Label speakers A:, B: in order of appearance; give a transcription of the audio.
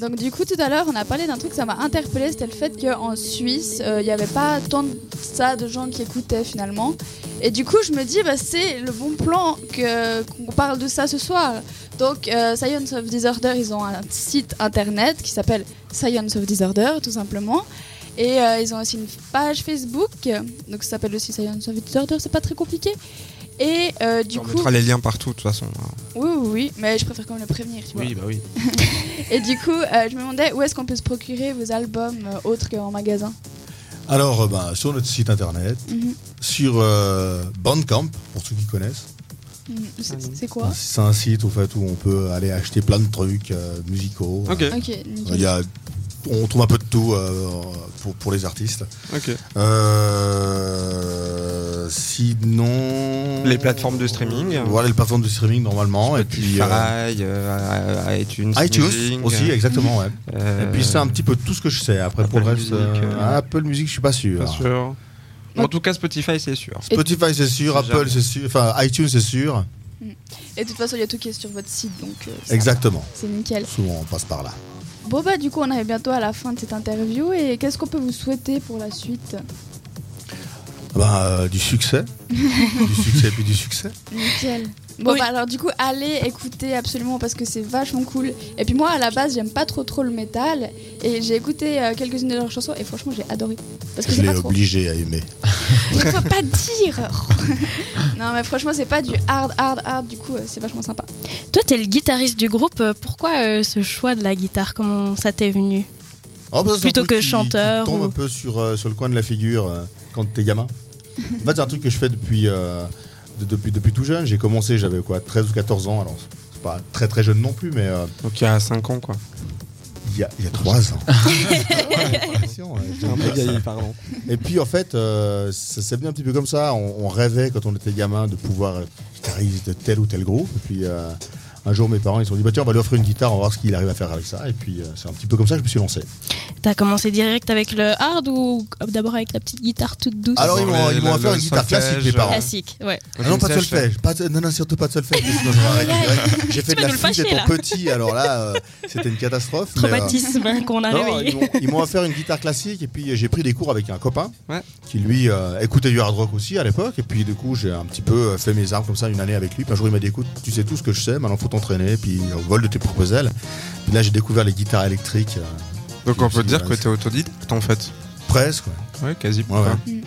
A: Donc du coup tout à l'heure on a parlé d'un truc ça m'a interpellé, c'était le fait qu'en Suisse euh, il n'y avait pas tant de ça de gens qui écoutaient finalement. Et du coup je me dis bah, c'est le bon plan que- qu'on parle de ça ce soir. Donc euh, Science of Disorder ils ont un site internet qui s'appelle Science of Disorder tout simplement. Et euh, ils ont aussi une page Facebook, donc ça s'appelle aussi Science of Disorder, c'est pas très compliqué. Et euh, du
B: on
A: coup,
B: mettra les liens partout de toute façon. hein.
A: oui, oui, oui, mais je préfère quand même le prévenir, tu vois.
C: Oui, bah oui.
A: Et du coup, euh, je me demandais où est-ce qu'on peut se procurer vos albums euh, autres qu'en magasin.
D: Alors, euh, ben, sur notre site internet,
A: Mhm.
D: sur euh, Bandcamp, pour ceux qui connaissent.
A: Mhm.
D: Ah,
A: C'est c'est quoi
D: C'est un site au fait où on peut aller acheter plein de trucs euh, musicaux.
C: Ok,
A: Ok,
D: Il y
A: nickel.
D: a- on trouve un peu de tout euh, pour, pour les artistes.
C: ok.
D: Euh, sinon.
B: Les plateformes de streaming.
D: Voilà, les plateformes de streaming normalement. Et puis. euh,
B: Spotify, euh, euh, iTunes,
D: iTunes
B: Music,
D: aussi, exactement, ouais.
B: euh,
D: Et puis c'est un petit peu tout ce que je sais. Après, pour le
B: Apple
D: reste,
B: Music,
D: euh,
B: euh,
D: Apple Music, je suis pas sûr.
C: Pas sûr.
A: Ouais.
B: En tout cas, Spotify, c'est sûr.
D: Spotify, c'est sûr.
C: C'est
D: Apple,
C: jamais.
D: c'est sûr. Enfin, iTunes, c'est sûr.
A: Et de toute façon, il y a tout qui est sur votre site, donc euh, ça,
D: Exactement.
A: c'est nickel.
D: Souvent, on passe par là.
A: Bon bah du coup, on arrive bientôt à la fin de cette interview et qu'est-ce qu'on peut vous souhaiter pour la suite
D: Ben, euh, du succès. du succès, puis du succès.
A: Nickel. Bon bah alors du coup, allez écouter absolument parce que c'est vachement cool. Et puis moi, à la base, j'aime pas trop trop le métal et j'ai écouté euh, quelques-unes de leurs chansons et franchement, j'ai adoré. Parce que
D: Je
A: c'est
D: l'ai
A: pas trop.
D: obligé à aimer.
A: Il faut pas dire Non mais franchement c'est pas du hard hard hard du coup euh, c'est vachement sympa.
E: Toi, t'es le guitariste du groupe. euh, Pourquoi euh, ce choix de la guitare Comment ça t'est venu
D: Oh, bah, ça, c'est un
E: Plutôt
D: truc
E: que
D: qui-
E: chanteur
D: Qui tombe
E: ou-
D: un peu sur, euh, sur le coin de la figure euh, quand t'es gamin. en fait, c'est un truc que je fais depuis, euh, de- depuis, depuis tout jeune. J'ai commencé, j'avais quoi, 13 ou 14 ans. Alors, c'est pas très très jeune non plus, mais euh,
B: Donc il y a 5 ans, quoi.
D: il y, a, il y a 3 ans. Attention, euh, je te dis pas ça.
C: pardon.
D: Et puis en fait, euh, ça s'est venu un petit peu comme ça. On, on rêvait quand on était gamin de pouvoir être guitariste de tel ou tel groupe. Et puis euh, un jour, mes parents ils se sont dit bah, tiens, on va lui offrir une guitare, on va voir ce qu'il arrive à faire avec ça. Et puis euh, c'est un petit peu comme ça que je me suis lancé.
E: T'as commencé direct avec le hard ou d'abord avec la petite guitare toute douce
D: Alors ils
B: Dans
D: m'ont
B: les-
D: ils m'ont
B: le-
D: offert
B: le
D: une guitare
B: solfège,
D: classique, mes parents.
B: euh,
E: Classique, ouais.
D: Ah non, pas de
B: Une sèche.
D: solfège. Pas de- non, non, surtout pas de solfège. sinon je m'arrête direct. J'ai fait
E: Tu
D: de
E: vas
D: la
E: nous le
D: flûte
E: fâcher,
D: étant
E: là.
D: petit, alors là, euh, c'était une catastrophe. mais, euh,
E: Traumatisme hein, qu'on a
D: non,
E: réveillé.
D: ils m'ont- ils m'ont offert une guitare classique et puis j'ai pris des cours avec un copain
B: Ouais.
D: qui lui euh, écoutait du hard rock aussi à l'époque et puis du coup j'ai un petit peu euh, fait mes armes comme ça une année avec lui. Puis un jour il m'a dit écoute tu sais tout ce que je sais maintenant faut t'entraîner puis on vole de tes propres ailes. Puis là j'ai découvert les guitares électriques euh,
B: Donc on peut
D: Puis,
B: dire
D: ouais,
B: que
D: c'est-
B: t'es autodidacte en fait.
D: presque. ouais.
B: Ouais, quasi.
D: Ouais, ouais.